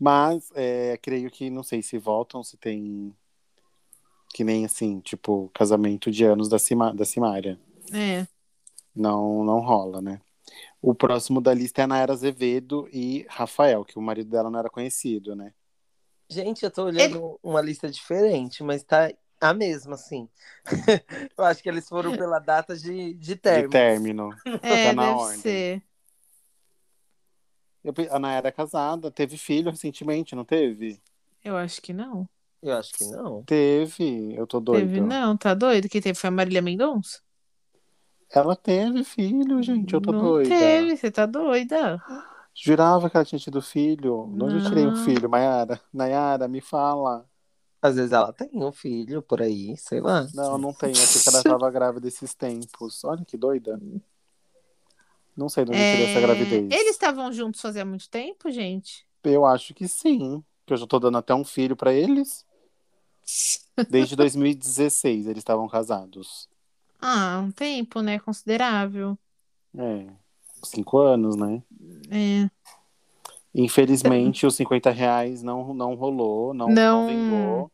S2: Mas é, creio que não sei se voltam, se tem. Que nem assim, tipo, casamento de anos da, Cima... da Simária.
S4: É.
S2: Não, não rola, né? O próximo da lista é a Nayara Azevedo e Rafael, que o marido dela não era conhecido, né?
S1: gente, eu tô olhando uma lista diferente, mas tá a mesma, assim. eu acho que eles foram pela data de, de
S2: De
S1: término.
S2: término.
S4: É,
S2: na
S4: deve
S2: ordem.
S4: ser.
S2: Eu pe- A Nayara é casada, teve filho recentemente, não teve?
S4: Eu acho que não.
S1: Eu acho que não.
S2: Teve, eu tô doido.
S4: Teve, não, tá doido? Que teve foi a Marília Mendonça?
S2: Ela teve filho, gente, eu tô
S4: não
S2: doida.
S4: teve, você tá doida.
S2: Jurava que ela tinha tido filho. De onde eu tirei um
S4: Não.
S2: filho, Mayara? Nayara, me fala.
S1: Às vezes ela tem um filho por aí, sei lá.
S2: Não, não tem. Achei que ela tava grávida esses tempos. Olha que doida. Não sei de onde eu tirei essa
S4: É,
S2: gravidez.
S4: Eles estavam juntos fazia muito tempo, gente?
S2: Eu acho que sim. Que eu já tô dando até um filho pra eles. Desde 2016 eles estavam casados.
S4: Ah, um tempo, né? Considerável.
S2: É. Cinco anos, né?
S4: É.
S2: Infelizmente, os 50 reais não, não rolou, não, não
S4: Não.
S2: vingou.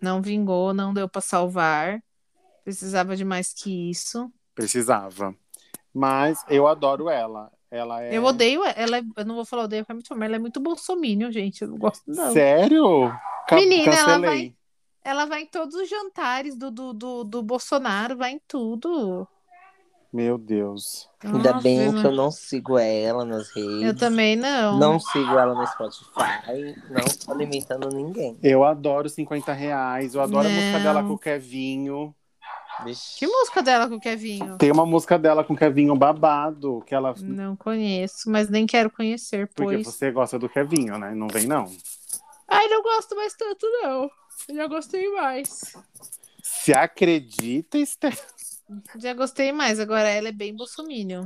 S4: Não vingou, não deu pra salvar. Precisava de mais que isso.
S2: Precisava. Mas eu adoro ela. Ela é.
S4: Eu odeio ela. é- Eu não vou falar odeio, porque é muito, mas ela é muito bolsominion, gente. Eu não gosto, não.
S2: Sério? Ca-
S4: Menina, ela
S2: Cancelei.
S4: vai- Ela vai em todos os jantares do, do, do, do Bolsonaro, vai em tudo.
S2: Meu Deus.
S1: Ainda
S4: Ave
S1: bem
S4: Maria.
S1: que eu não sigo ela nas redes.
S4: Eu também não.
S1: Não sigo ela no Spotify. Não tô limitando ninguém.
S2: Eu adoro 50 reais. Eu adoro a música
S4: Não.
S2: dela com o Kevinho.
S1: Vixe.
S4: Que música dela com o Kevinho?
S2: Tem uma música dela com o Kevinho babado, que ela.
S4: Não conheço, mas nem quero conhecer,
S2: Porque
S4: pois.
S2: você gosta do Kevinho, né? Não vem, não.
S4: Ai, não gosto mais tanto, não. Eu já gostei mais.
S2: Se acredita, Esther.
S4: Já gostei mais. Agora ela é bem bolsominion.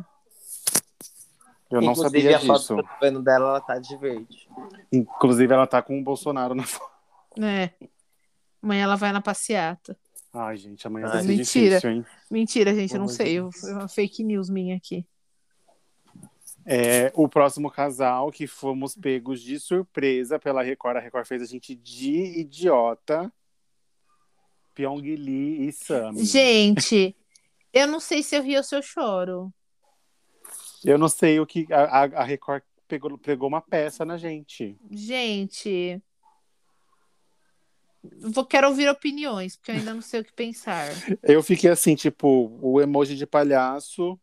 S2: Eu não
S1: Inclusive,
S2: sabia
S1: a foto
S2: disso.
S1: que eu tô vendo dela, ela tá de verde.
S2: Inclusive, ela tá com o Bolsonaro na foto.
S4: né? Amanhã ela vai na passeata.
S2: Ai, gente, amanhã
S1: Ai,
S2: vai ser
S4: mentira.
S2: difícil, hein?
S4: Mentira, gente, eu não
S2: Ai,
S4: sei. Eu, é uma fake news minha aqui.
S2: É, o próximo casal que fomos pegos de surpresa pela Record. A Record fez a gente de idiota. Pyong Lee e Sami.
S4: Gente, eu não sei se eu rio ou se eu choro.
S2: Eu não sei o que. A, a- a Record pegou, pegou uma peça na gente.
S4: Gente. Vou, quero ouvir opiniões, porque eu ainda não sei o que pensar.
S2: Eu fiquei assim, tipo, o emoji de palhaço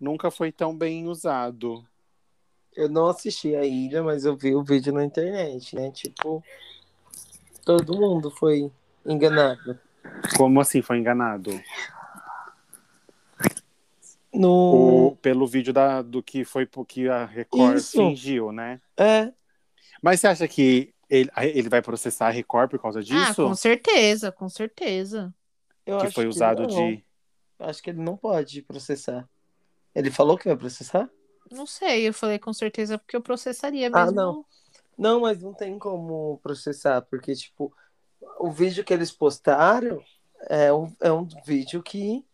S2: nunca foi tão bem usado.
S1: Eu não assisti a ilha, mas eu vi o vídeo na internet, né? Tipo, todo mundo foi enganado.
S2: Como assim foi enganado?
S1: No.
S4: Hum.
S2: O- pelo vídeo da, do que foi pro- que a Record
S1: Isso.
S2: fingiu, né?
S1: É.
S2: Mas você acha que ele, ele vai processar a Record por causa
S4: Ah,
S2: disso?
S4: com certeza, com certeza.
S1: Eu
S2: que
S1: acho
S2: foi usado
S1: não.
S2: de.
S1: Eu Acho que ele não pode processar. Ele falou que vai processar?
S4: Não sei, eu falei com certeza porque eu processaria mesmo.
S1: Ah, não. Não, mas não tem como processar, porque, tipo, o vídeo que eles postaram é um, é um vídeo que,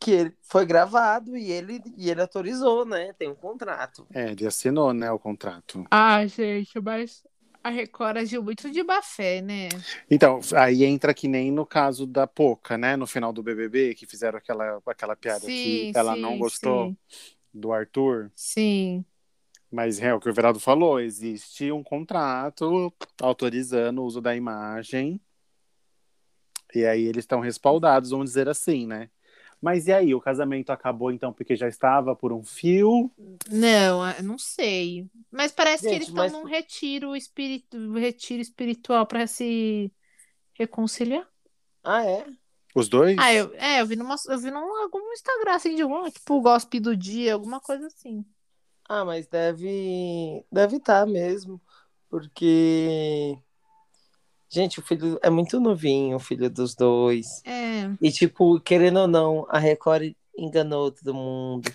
S1: que ele foi gravado e ele, e ele autorizou, né? Tem um contrato.
S2: É, ele assinou, né, o contrato.
S4: Ah, gente, mas a Record agiu muito de má fé, né?
S2: Então, aí entra que nem no caso da Poca, né? No final do BBB, que fizeram aquela, aquela piada que ela não gostou do Arthur.
S4: Sim,
S2: Mas é o que o Everaldo falou: existe um contrato autorizando o uso da imagem. E aí eles estão respaldados, vamos dizer assim, né? Mas e aí, o casamento acabou então porque já estava por um fio?
S4: Não, eu não sei. Mas parece
S1: Gente,
S4: que eles estão
S1: mas-
S4: num retiro, espiri... retiro espiritual para se reconciliar.
S1: Ah, é?
S2: Os dois?
S4: Ah, eu, é, eu vi numa, eu vi num algum Instagram assim de um, tipo, o gospe do dia, alguma coisa assim.
S1: Ah, mas deve deve estar mesmo, porque gente, o filho é muito novinho, o filho dos dois.
S4: É.
S1: E tipo, querendo ou não, a Record enganou todo mundo.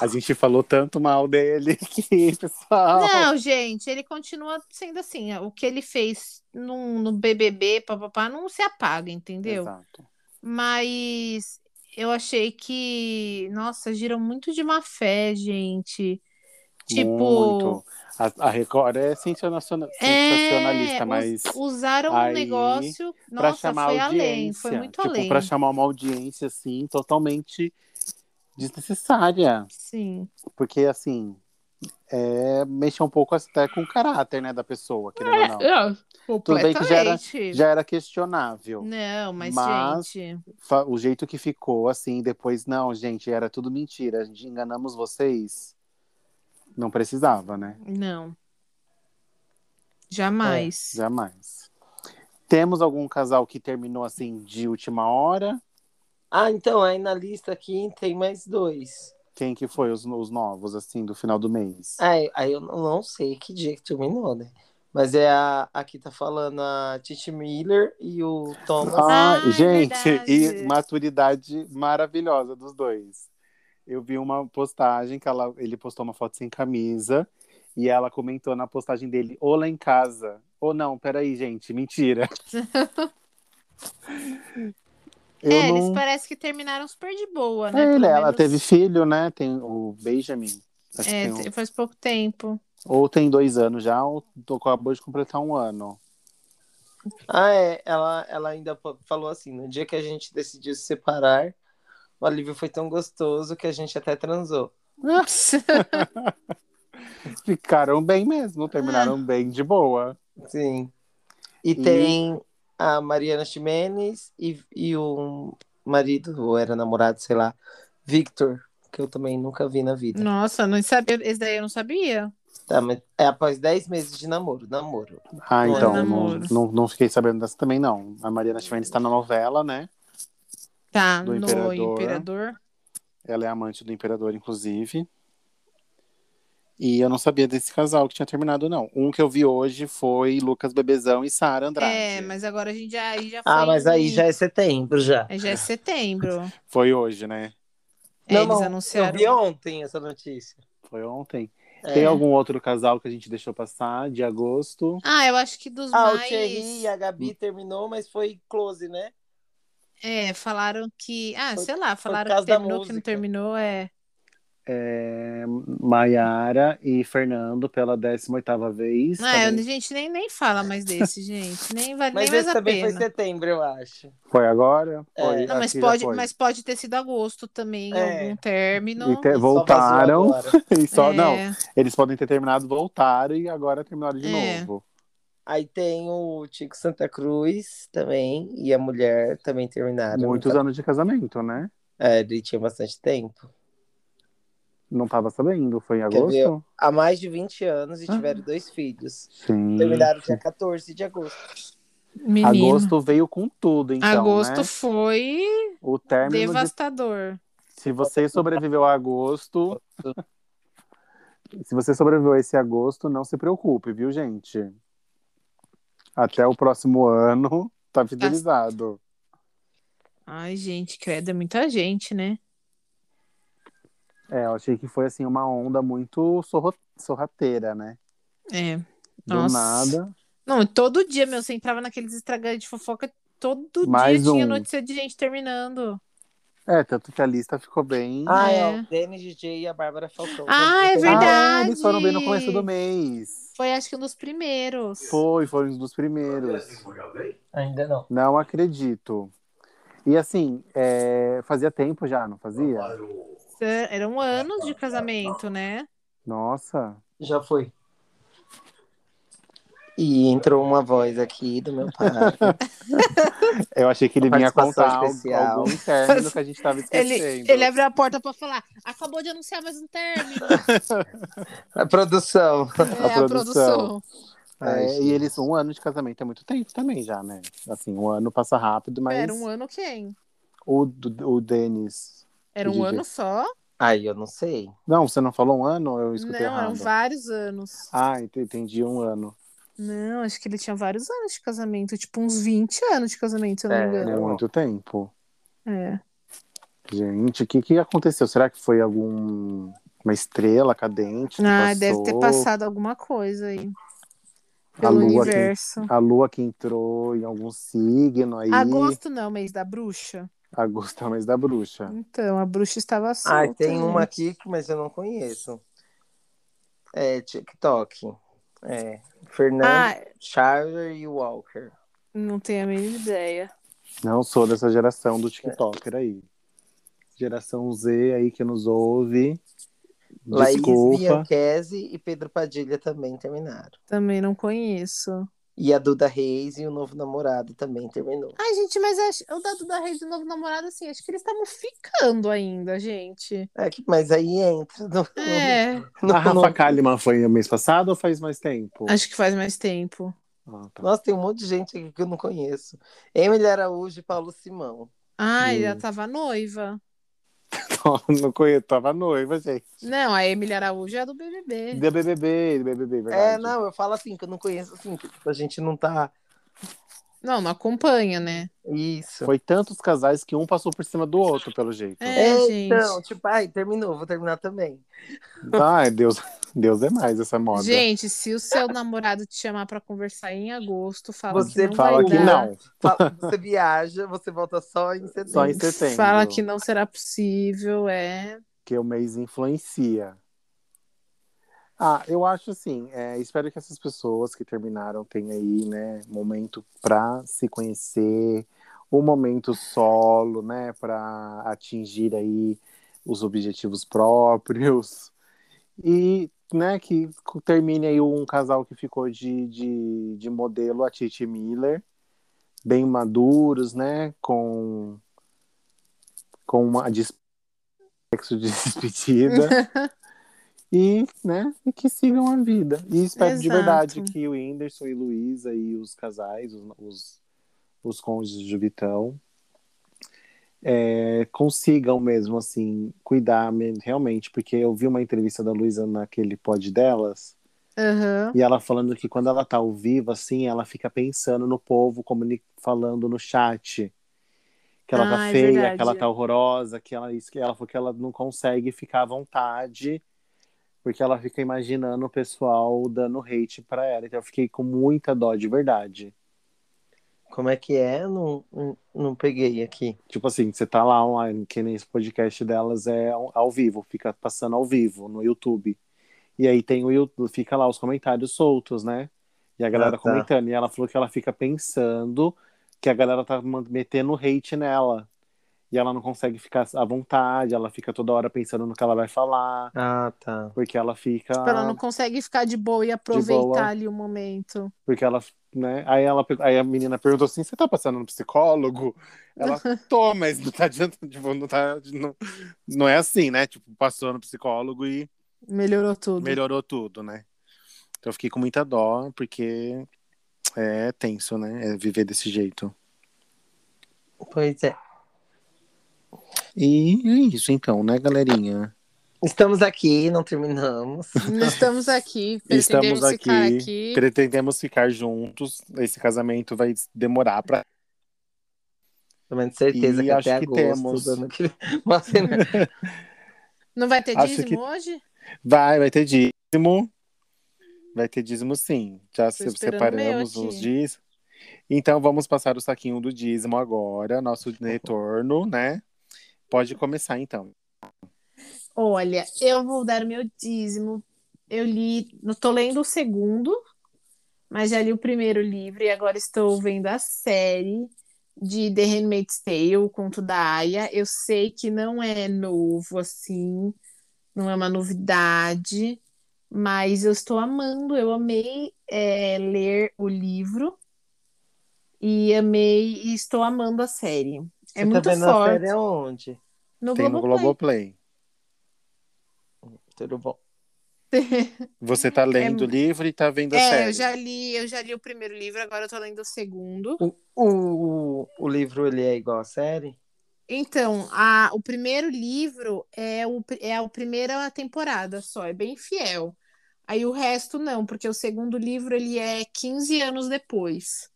S2: A gente falou tanto mal dele que, pessoal.
S4: Não, gente, ele continua sendo assim. O que ele fez no, no BBB, papapá, não se apaga, entendeu?
S2: Exato.
S4: Mas eu achei que, nossa, giram muito de má fé, gente. Tipo,
S2: Muito. A, a Record é sensaciona- sensacionalista,
S4: é, us-
S2: mas.
S4: usaram um
S2: aí,
S4: negócio,
S2: Pra
S4: nossa,
S2: chamar
S4: foi
S2: audiência.
S4: além, foi muito
S2: tipo,
S4: além.
S2: Pra chamar uma audiência, assim, totalmente desnecessária.
S4: Sim.
S2: Porque, assim, é, mexe um pouco até com o caráter, né, da pessoa, querendo
S4: É.
S2: ou não. É, Tudo bem que já era-
S4: completamente.
S2: Já era questionável.
S4: Não, mas,
S2: Mas-
S4: gente,
S2: Fa- O jeito que ficou, assim, depois, não, gente, era tudo mentira, a gente enganamos vocês. Não precisava, né?
S4: não. Jamais.
S2: Jamais. Temos algum casal que terminou, assim, de última hora?
S1: Ah, então aí na lista aqui tem mais dois.
S2: Quem que foi os, os novos, assim, do final do mês?
S1: Aí, É, aí eu não não sei que dia que terminou, né? Mas é a aqui tá falando a Titi Miller e o Thomas.
S2: Ah,
S4: é
S2: gente,
S4: verdade.
S2: e maturidade maravilhosa dos dois. Eu vi uma postagem que ela, ele postou uma foto sem camisa e ela comentou na postagem dele, ou lá em casa. Ou não, peraí, gente, mentira. Eu
S4: É,
S2: não...
S4: eles parecem que terminaram super de boa, né?
S2: É,
S4: Pelo
S2: ele- ela
S4: menos-
S2: teve filho, né? Tem o Benjamin. Acho que
S4: É,
S2: tem
S4: assim.
S2: um-
S4: te- faz pouco tempo.
S2: Ou tem dois anos já, ou tô- acabou de completar um ano.
S1: Ah, é. Ela, ela ainda fa- falou assim: no dia que a gente decidiu se separar, o alívio foi tão gostoso que a gente até transou.
S2: Ficaram bem mesmo,
S4: Ah.
S2: terminaram bem de boa.
S1: Sim. E, tem a Mariana Ximenes e, e o marido, ou era namorado, sei lá, Victor, que eu também nunca vi na vida.
S4: Nossa, não sabia. Esse daí eu não sabia.
S1: Tá, mas é após 10 meses de namoro, namoro.
S2: Ah,
S1: Não é
S2: então, não,
S4: namoro.
S2: não, não fiquei sabendo dessa também, não. A Mariana Chimenez está na novela, né?
S4: Tá,
S2: Do
S4: no
S2: Imperador.
S4: Imperador.
S2: Ela é amante do imperador, inclusive. E eu não sabia desse casal que tinha terminado, não. Um que eu vi hoje foi Lucas Bebezão e Sara Andrade.
S4: É, mas agora a gente já, aí já foi.
S1: Ah, mas aí
S4: em-
S1: já é setembro já.
S4: aí já é setembro.
S2: Foi hoje, né?
S4: É, eles anunciaram.
S1: Eu vi ontem essa notícia.
S2: Foi ontem.
S1: É.
S2: Tem algum outro casal que a gente deixou passar de agosto?
S4: Ah, eu acho que dos
S1: Ah, o
S4: mais.
S1: Thierry e a Gabi terminou, mas foi close, né?
S4: É, falaram que. Ah,
S1: Foi-
S4: sei lá,
S1: por
S4: falaram
S1: causa
S4: que
S1: da
S4: terminou, que não
S1: música.
S4: terminou. É.
S2: É, Maiara e Fernando pela 18ª vez.
S4: Ah, eu-
S2: também.
S4: gente nem, nem fala mais desse, gente. Nem vale
S1: Mas
S4: É nem mais
S1: esse
S4: a
S1: também
S4: pena.
S1: foi setembro, eu acho.
S2: Foi agora?
S1: É.
S2: Foi,
S4: Não, mas
S2: aqui já
S4: pode,
S2: Ah, foi.
S4: mas pode ter sido agosto também,
S1: É.
S4: algum término.
S2: E te-
S1: Só
S2: É, voltaram.
S1: vazou agora.
S2: E só,
S4: É.
S2: Não, eles podem ter terminado, voltaram e agora terminaram de
S4: É.
S2: novo.
S1: Aí tem o Tico Santa Cruz também, e a mulher também terminaram.
S2: Muitos anos de casamento, né?
S1: É, ele tinha bastante tempo.
S2: Não tava sabendo, foi em
S1: Quer ver?
S2: agosto?
S1: Há mais de 20 anos
S4: Ah.
S1: e tiveram dois filhos.
S2: Hum, Sim.
S1: Terminaram dia 14 de agosto.
S4: Menino.
S2: Agosto veio com tudo, então,
S4: Agosto
S2: né?
S4: foi
S2: O término de...
S4: devastador.
S2: Se você sobreviveu a agosto... se você sobreviveu a esse agosto, não se preocupe, viu, gente? Até o próximo ano, tá fidelizado.
S4: Ai, gente, credo, é muita gente, né?
S2: É, eu achei que foi, assim, uma onda muito sorro- sorrateira, né?
S4: É.
S2: Do
S4: Nossa.
S2: nada...
S4: Não, todo dia, meu, você entrava naqueles estragados de fofoca, todo
S2: Mais
S4: dia tinha
S2: um.
S4: notícia de gente terminando.
S2: É, tanto que a lista ficou bem.
S1: Ah, é,
S4: É.
S1: o Danny DJ e a Bárbara Falcão.
S4: Ah, é
S1: Também.
S4: verdade.
S2: Ah, eles foram bem no começo do mês.
S4: Foi acho que um dos primeiros.
S2: Foi, foi um dos primeiros.
S1: Ah, ainda não.
S2: Não acredito. E assim, é, fazia tempo já, não fazia?
S4: Eram anos de casamento, né?
S2: Nossa.
S1: Já foi. E entrou uma voz aqui do meu pai.
S2: Eu achei que ele vinha
S1: Participação
S2: contar algo,
S1: especial.
S2: algum término que a gente tava
S4: Ele,
S2: esquecendo.
S4: ele é- abre a porta pra falar. Acabou de anunciar mais um término.
S1: A produção.
S4: É,
S2: produção.
S4: a, produção.
S1: Ai,
S2: É, e eles, um ano de casamento é muito tempo também já, né? Assim, um ano passa rápido, mas
S4: Era um ano quem?
S2: o, do- o Denis...
S4: Era um
S2: Entendi.
S4: ano só?
S1: Ai, eu não sei.
S2: Não, você não falou um ano? Eu
S4: Não, é
S2: escutei
S4: eram
S2: errado.
S4: vários anos.
S2: Ah, ent- entendi, um ano.
S4: Não, acho que ele tinha vários anos de casamento. Tipo, uns 20 anos de casamento, se eu não me
S1: É,
S2: É
S4: engano.
S2: muito tempo.
S4: É.
S2: Gente, o que, que aconteceu? Será que foi algum uma estrela cadente? que
S4: Ah,
S2: passou?
S4: deve ter passado alguma coisa aí.
S2: a
S4: Pelo
S2: lua, que,
S4: universo.
S2: a lua que entrou em algum signo aí.
S4: Agosto não, mês da bruxa.
S2: Agosto é o mês da bruxa.
S4: Então, a bruxa estava solta.
S2: Ah,
S1: Ai, Ah, tem
S4: né?
S1: uma aqui, que- mas eu não conheço. É, TikTok. É.
S2: né?
S1: Fernando
S4: Ah,
S1: Charler e Walker.
S4: não tenho a mínima ideia.
S2: Não sou dessa geração do TikToker aí. Geração Z aí que nos ouve.
S1: Laís
S2: Desculpa.
S1: Bianchese e Pedro Padilha também terminaram.
S4: Também não conheço.
S1: E a Duda Reis e o novo namorado também terminou.
S4: Ai, gente, mas eu acho- o dado da Reis do Novo Namorado, assim, acho que eles estavam ficando ainda, gente.
S1: É que, mas aí entra no,
S2: Uhum.
S4: É,
S1: no-
S2: a Ah, Rafa
S1: no-
S2: Kalimann foi mês passado ou faz mais tempo?
S4: acho que faz mais tempo.
S2: Ah, tá.
S1: Nossa, tem um monte de gente aqui que eu não conheço. Emily Araújo e Paulo Simão.
S4: Ai,
S2: Hum.
S4: ela tava noiva.
S2: Não conheço, tava noiva, gente.
S4: Não, a Emília Araújo é a do BBB.
S2: Do BBB, do BBB, verdade.
S1: É, não, eu falo assim, que eu não conheço assim, que tipo, a gente não tá.
S4: Não, não acompanha, né?
S1: Isso.
S2: Foi tantos casais que um passou por cima do outro, pelo jeito.
S4: É, gente.
S1: Então, tipo, ai, terminou, vou terminar também.
S2: Ai, Deus, Deus é mais essa moda.
S4: Gente, se o seu namorado te chamar pra conversar em agosto, fala
S1: Você
S4: que não
S2: Fala
S4: vai
S2: que
S4: dar.
S2: não.
S1: Fala- Você viaja, você volta só em setembro.
S2: Só em setembro.
S4: Fala que não será possível, é.
S2: que o mês influencia. Ah, eu acho assim, é, espero que essas pessoas que terminaram tenham aí, né, momento pra se conhecer, um momento solo, né, pra atingir aí os objetivos próprios. E, né, que termine aí um casal que ficou de, de, de modelo, a Titi Miller, bem maduros, né, com, com uma dis- sexo de despedida. E, né, e que sigam a vida. E espero de
S4: Exato.
S2: verdade que o Whindersson e Luísa e os casais, os, os, os cônjuges de Vitão, é, consigam mesmo, assim, cuidar me- realmente. Porque eu vi uma entrevista da Luísa naquele pod delas,
S4: Aham.
S2: e ela falando que quando ela tá ao vivo, assim, ela fica pensando no povo, comuni- falando no chat. Que ela
S4: Ah,
S2: tá
S4: é
S2: feia,
S4: verdade.
S2: que ela tá horrorosa, que ela, isso- que ela falou que ela não consegue ficar à vontade, porque ela fica imaginando o pessoal dando hate pra ela. Então eu fiquei com muita dó, de verdade.
S1: Como é que é? Não, não, não peguei aqui.
S2: Tipo assim, você tá lá online, que nem esse podcast delas é ao ao vivo, fica passando ao vivo no YouTube. E aí tem o YouTube, fica lá os comentários soltos, né? E a galera
S1: Ah, tá.
S2: comentando. E ela falou que ela fica pensando que a galera tá man- metendo hate nela. E ela não consegue ficar à vontade, ela fica toda hora pensando no que ela vai falar,
S1: Ah, tá.
S2: porque ela fica.
S4: Tipo, ela não consegue ficar de boa e aproveitar
S2: Ah. boa.
S4: ali o momento.
S2: Porque ela, né? Aí, ela, aí a menina perguntou assim: você tá passando no psicólogo? Ela, tô, mas não tá adiantando, tipo, não tá. Não, não é assim, né? Tipo, passou no psicólogo e
S4: Melhorou tudo.
S2: melhorou tudo, né? Então eu fiquei com muita dó, porque é tenso, né? É viver desse jeito.
S1: Pois é.
S2: E é isso então, né, galerinha?
S1: Estamos aqui, não terminamos.
S4: Nós estamos aqui, pretendemos
S2: Estamos
S4: ficar
S2: aqui.
S4: aqui.
S2: Pretendemos ficar juntos. Esse casamento vai demorar pra.
S1: Pelo menos certeza
S2: E
S1: que até
S2: acho que
S1: agosto
S2: temos.
S1: do ano que vem. Mas, né,
S4: Não vai ter
S2: Acho
S4: dízimo
S2: que-
S4: hoje?
S2: Vai, vai ter dízimo. Vai ter dízimo sim. Já se-
S4: esperando
S2: separamos
S4: meu aqui.
S2: os dízimos. Então vamos passar o saquinho do dízimo agora, nosso retorno, né? Pode começar então.
S4: Olha, eu vou dar o meu dízimo. Eu li, não tô lendo o segundo, mas já li o primeiro livro e agora estou vendo a série de The Handmaid's Tale, o conto da Aya. Eu sei que não é novo assim, não é uma novidade, Mas eu estou amando, eu amei é, ler o livro e amei e estou amando a série. É
S1: Você
S4: muito
S1: tá vendo a
S4: forte.
S1: série aonde?
S4: No
S2: Tem no
S4: Globoplay.
S2: Globoplay.
S1: Tudo bom.
S2: Você tá lendo o livro e tá vendo a
S4: É,
S2: série.
S4: eu já li, eu já li o primeiro livro, agora eu tô lendo o segundo.
S1: O, o, o livro, ele é igual a série?
S4: Então, a, o primeiro livro é, o, pri- é a primeira temporada só, é bem fiel. Aí o resto não, porque o segundo livro ele é 15 anos depois.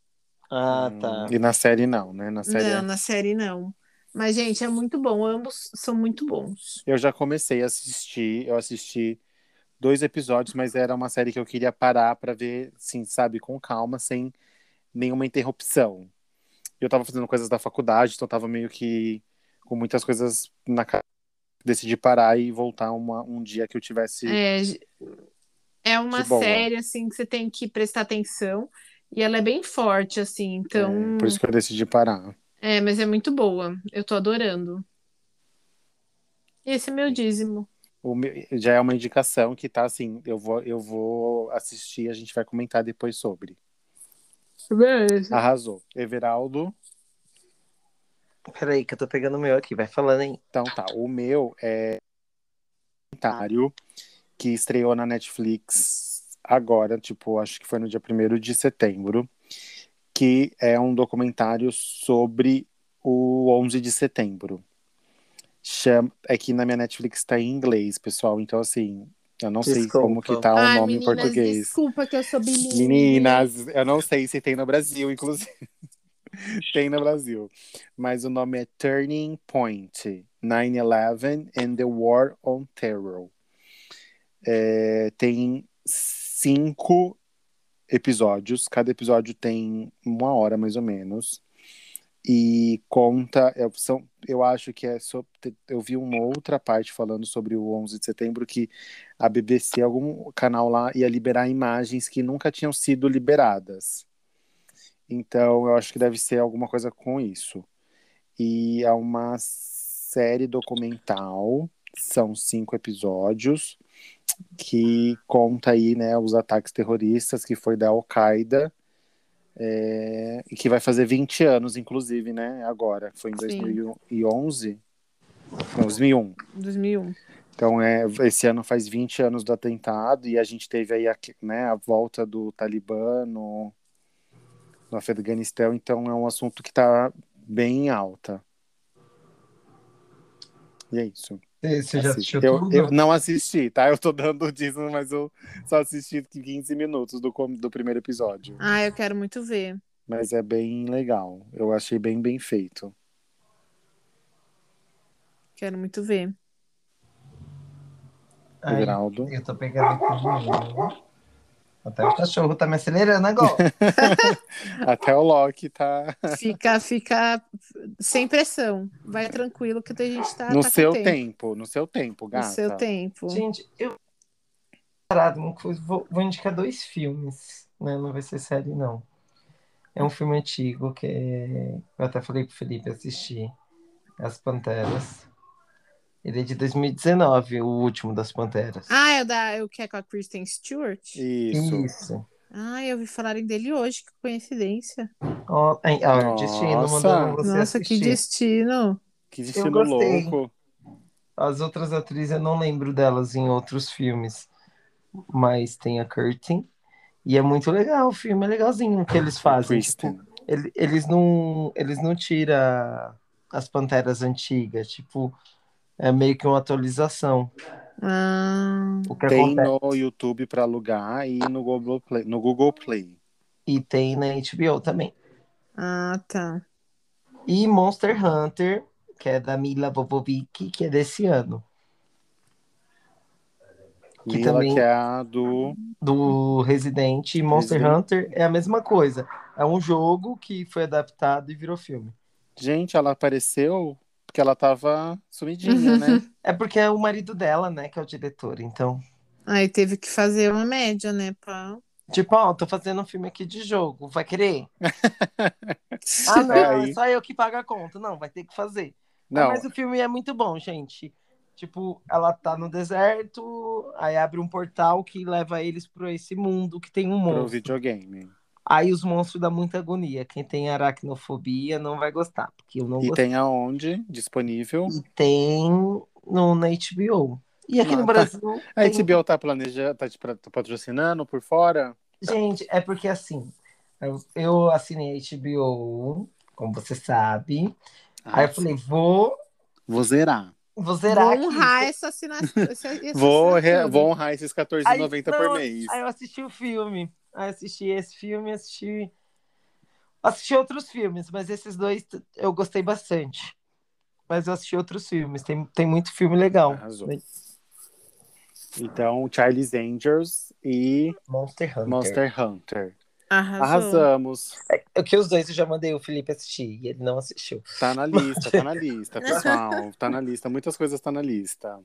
S1: Ah,
S2: Hum,
S1: tá.
S2: E na série não, né? Na série
S4: Não, na série não. Mas, gente, é muito bom, ambos são muito bons.
S2: Eu já comecei a assistir, eu assisti dois episódios, mas era uma série que eu queria parar pra ver, assim, sabe, com calma, sem nenhuma interrupção. Eu tava fazendo coisas da faculdade, então eu tava meio que com muitas coisas na cara. Decidi parar e voltar uma- um dia que eu tivesse.
S4: É, é uma
S2: Que boa.
S4: série, assim, que você tem que prestar atenção. E ela é bem forte, assim, então.
S2: É, por isso que eu decidi parar.
S4: É, mas é muito boa. Eu tô adorando. Esse é meu dízimo.
S2: O meu- já é uma indicação que tá assim, eu vou, eu vou assistir, a gente vai comentar depois sobre.
S4: Beleza.
S2: Arrasou. Everaldo.
S1: Peraí, que eu tô pegando o meu aqui, vai falando aí.
S2: Então tá, o meu é comentário que estreou na Netflix agora, tipo, acho que foi no dia 1 de setembro, que é um documentário sobre o 11 de setembro. Chama, é que na minha Netflix tá em inglês, pessoal, então assim, eu não sei
S1: Desculpa.
S2: como que tá o
S4: Ai,
S2: nome
S4: meninas,
S2: em português.
S4: desculpa que eu sou bilíngue.
S2: Meninas, eu não sei se tem no Brasil, inclusive. tem no Brasil. Mas o nome é Turning Point 9-11 and the War on Terror. É, tem cinco episódios. Cada episódio tem uma hora, mais ou menos. E conta. é, são, eu acho que é. sobre- eu vi uma outra parte falando sobre o 11 de setembro que a BBC, algum canal lá, ia liberar imagens que nunca tinham sido liberadas. Então, eu acho que deve ser alguma coisa com isso. E é uma série documental, são cinco episódios, que conta aí, né, os ataques terroristas que foi da Al-Qaeda, é, e que vai fazer 20 anos, inclusive, né, agora. Foi em
S4: Sim.
S2: 2011? Não, 2001.
S4: 2001.
S2: Então, é, esse ano faz 20 anos do atentado e a gente teve aí a, né, a volta do Talibã no, no Afeganistão, então é um assunto que está bem em alta. E é isso.
S1: Você, já
S2: Assiste.
S1: assistiu
S2: eu,
S1: tudo?
S2: eu não assisti, tá? Eu tô dando o dízimo, mas eu só assisti 15 minutos do, com- do primeiro episódio.
S4: Ah, eu quero muito ver.
S2: Mas é bem legal. Eu achei bem bem feito.
S4: Quero muito ver.
S1: Ai,
S2: Everaldo.
S1: eu tô pegando aqui o meu. Até o cachorro tá me acelerando agora.
S2: Até o Loki tá.
S4: Fica, fica sem pressão. Vai tranquilo que a gente tá.
S2: no
S4: tá com
S2: seu
S4: tempo.
S2: tempo. no seu tempo,
S4: No
S2: gata.
S4: seu tempo.
S1: Gente, eu. Parado, uma coisa, vou, vou indicar dois filmes, né? Não vai ser série, não. É um filme antigo que é- eu até falei pro Felipe assistir. As Panteras. Ele é de 2019, o último das Panteras.
S4: Ah, é o da eu que é com a Kristen Stewart?
S2: Isso.
S4: Ah, eu ouvi falarem dele hoje, que coincidência.
S1: Ó, ai, ó,
S2: Nossa.
S1: Destino mandando você
S4: Nossa,
S1: assistir.
S4: que destino.
S2: Que destino
S1: gostei.
S2: louco.
S1: As outras atrizes eu não lembro delas em outros filmes, mas tem a Curtin. E é muito legal, o filme é legalzinho que eles fazem.
S2: Kristen.
S1: Tipo, ele- eles não eles não tira as panteras antigas, tipo, é meio que uma atualização.
S4: Ah,
S1: O que
S2: Tem
S1: acontece.
S2: no YouTube pra alugar e no Google Play. No Google Play.
S1: E tem na HBO também.
S4: ah, tá.
S1: E Monster Hunter, que é da Mila Bobovic, que é desse ano, Que
S2: Mila,
S1: também-
S2: que é a do.
S1: do Resident. E Monster
S2: Resident.
S1: Hunter é a mesma coisa. É um jogo que foi adaptado e virou filme.
S2: Gente, ela apareceu porque ela tava sumidinha, né?
S1: É porque é o marido dela, né, que é o diretor. Então,
S4: Aí teve que fazer uma média, né, pá?
S1: tipo, ó, tô fazendo um filme aqui de jogo, vai querer? Ah, não,
S2: Aí.
S1: é só eu que pago a conta. Não, vai ter que fazer. Ah,
S2: Não,
S1: mas o filme é muito bom, gente. Tipo, ela tá no deserto, aí abre um portal que leva eles pra esse mundo que tem um
S2: Pro
S1: monstro.
S2: videogame.
S1: Aí os monstros dão muita agonia. Quem tem aracnofobia não vai gostar, porque eu não
S2: E
S1: gostei.
S2: tem aonde? Disponível.
S1: Tem no, na HBO. E aqui
S2: Ah,
S1: no
S2: tá.
S1: Brasil.
S2: A
S1: tem-
S2: HBO tá planejando, tá te pra- tá patrocinando por fora?
S1: Gente, é porque assim, eu, eu assinei HBO, como você sabe. Aí eu falei, vou,
S2: Ah, Vou zerar.
S1: vou
S4: Vou
S1: zerar aqui.
S4: honrar essa assinatura. essa- essa
S2: Vou, re-
S4: assinatura.
S2: vou honrar esses
S1: é Aí,
S2: 14,90
S1: não,
S2: por mês.
S1: Aí eu assisti o filme. Aí eu assisti esse filme, assisti. Assisti outros filmes, mas esses dois t- eu gostei bastante. Mas eu assisti outros filmes, tem, tem muito filme legal.
S2: Arrasou. Então, Charlie's Angels e
S1: Monster Hunter.
S2: Monster Hunter.
S4: Arrasou.
S2: Arrasamos.
S1: É que os dois eu já mandei o Felipe assistir e ele não assistiu.
S2: Tá na lista, tá na lista, pessoal. Tá na lista. Muitas coisas tá na lista.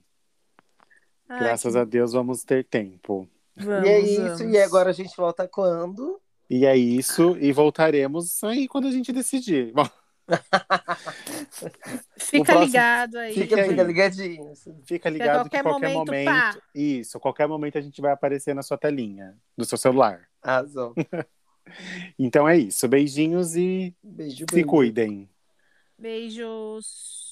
S4: Ai,
S2: Graças a Deus vamos ter tempo.
S4: vamos,
S1: e é isso,
S4: vamos.
S1: e agora a gente volta quando?
S2: E é isso. E voltaremos aí quando a gente decidir. Bom,
S4: Fica
S2: o próximo-
S4: ligado aí.
S2: Fica
S1: Fica,
S2: aí.
S1: fica ligadinho.
S2: fica
S4: Que
S2: ligado
S4: a qualquer
S2: que qualquer
S4: momento,
S2: momento.
S4: pá.
S2: Isso, qualquer momento a gente vai aparecer na sua telinha, do seu celular.
S1: Arrasou.
S2: Então é isso. Beijinhos e
S1: Beijo,
S2: se
S1: beijo.
S2: cuidem.
S4: Beijos.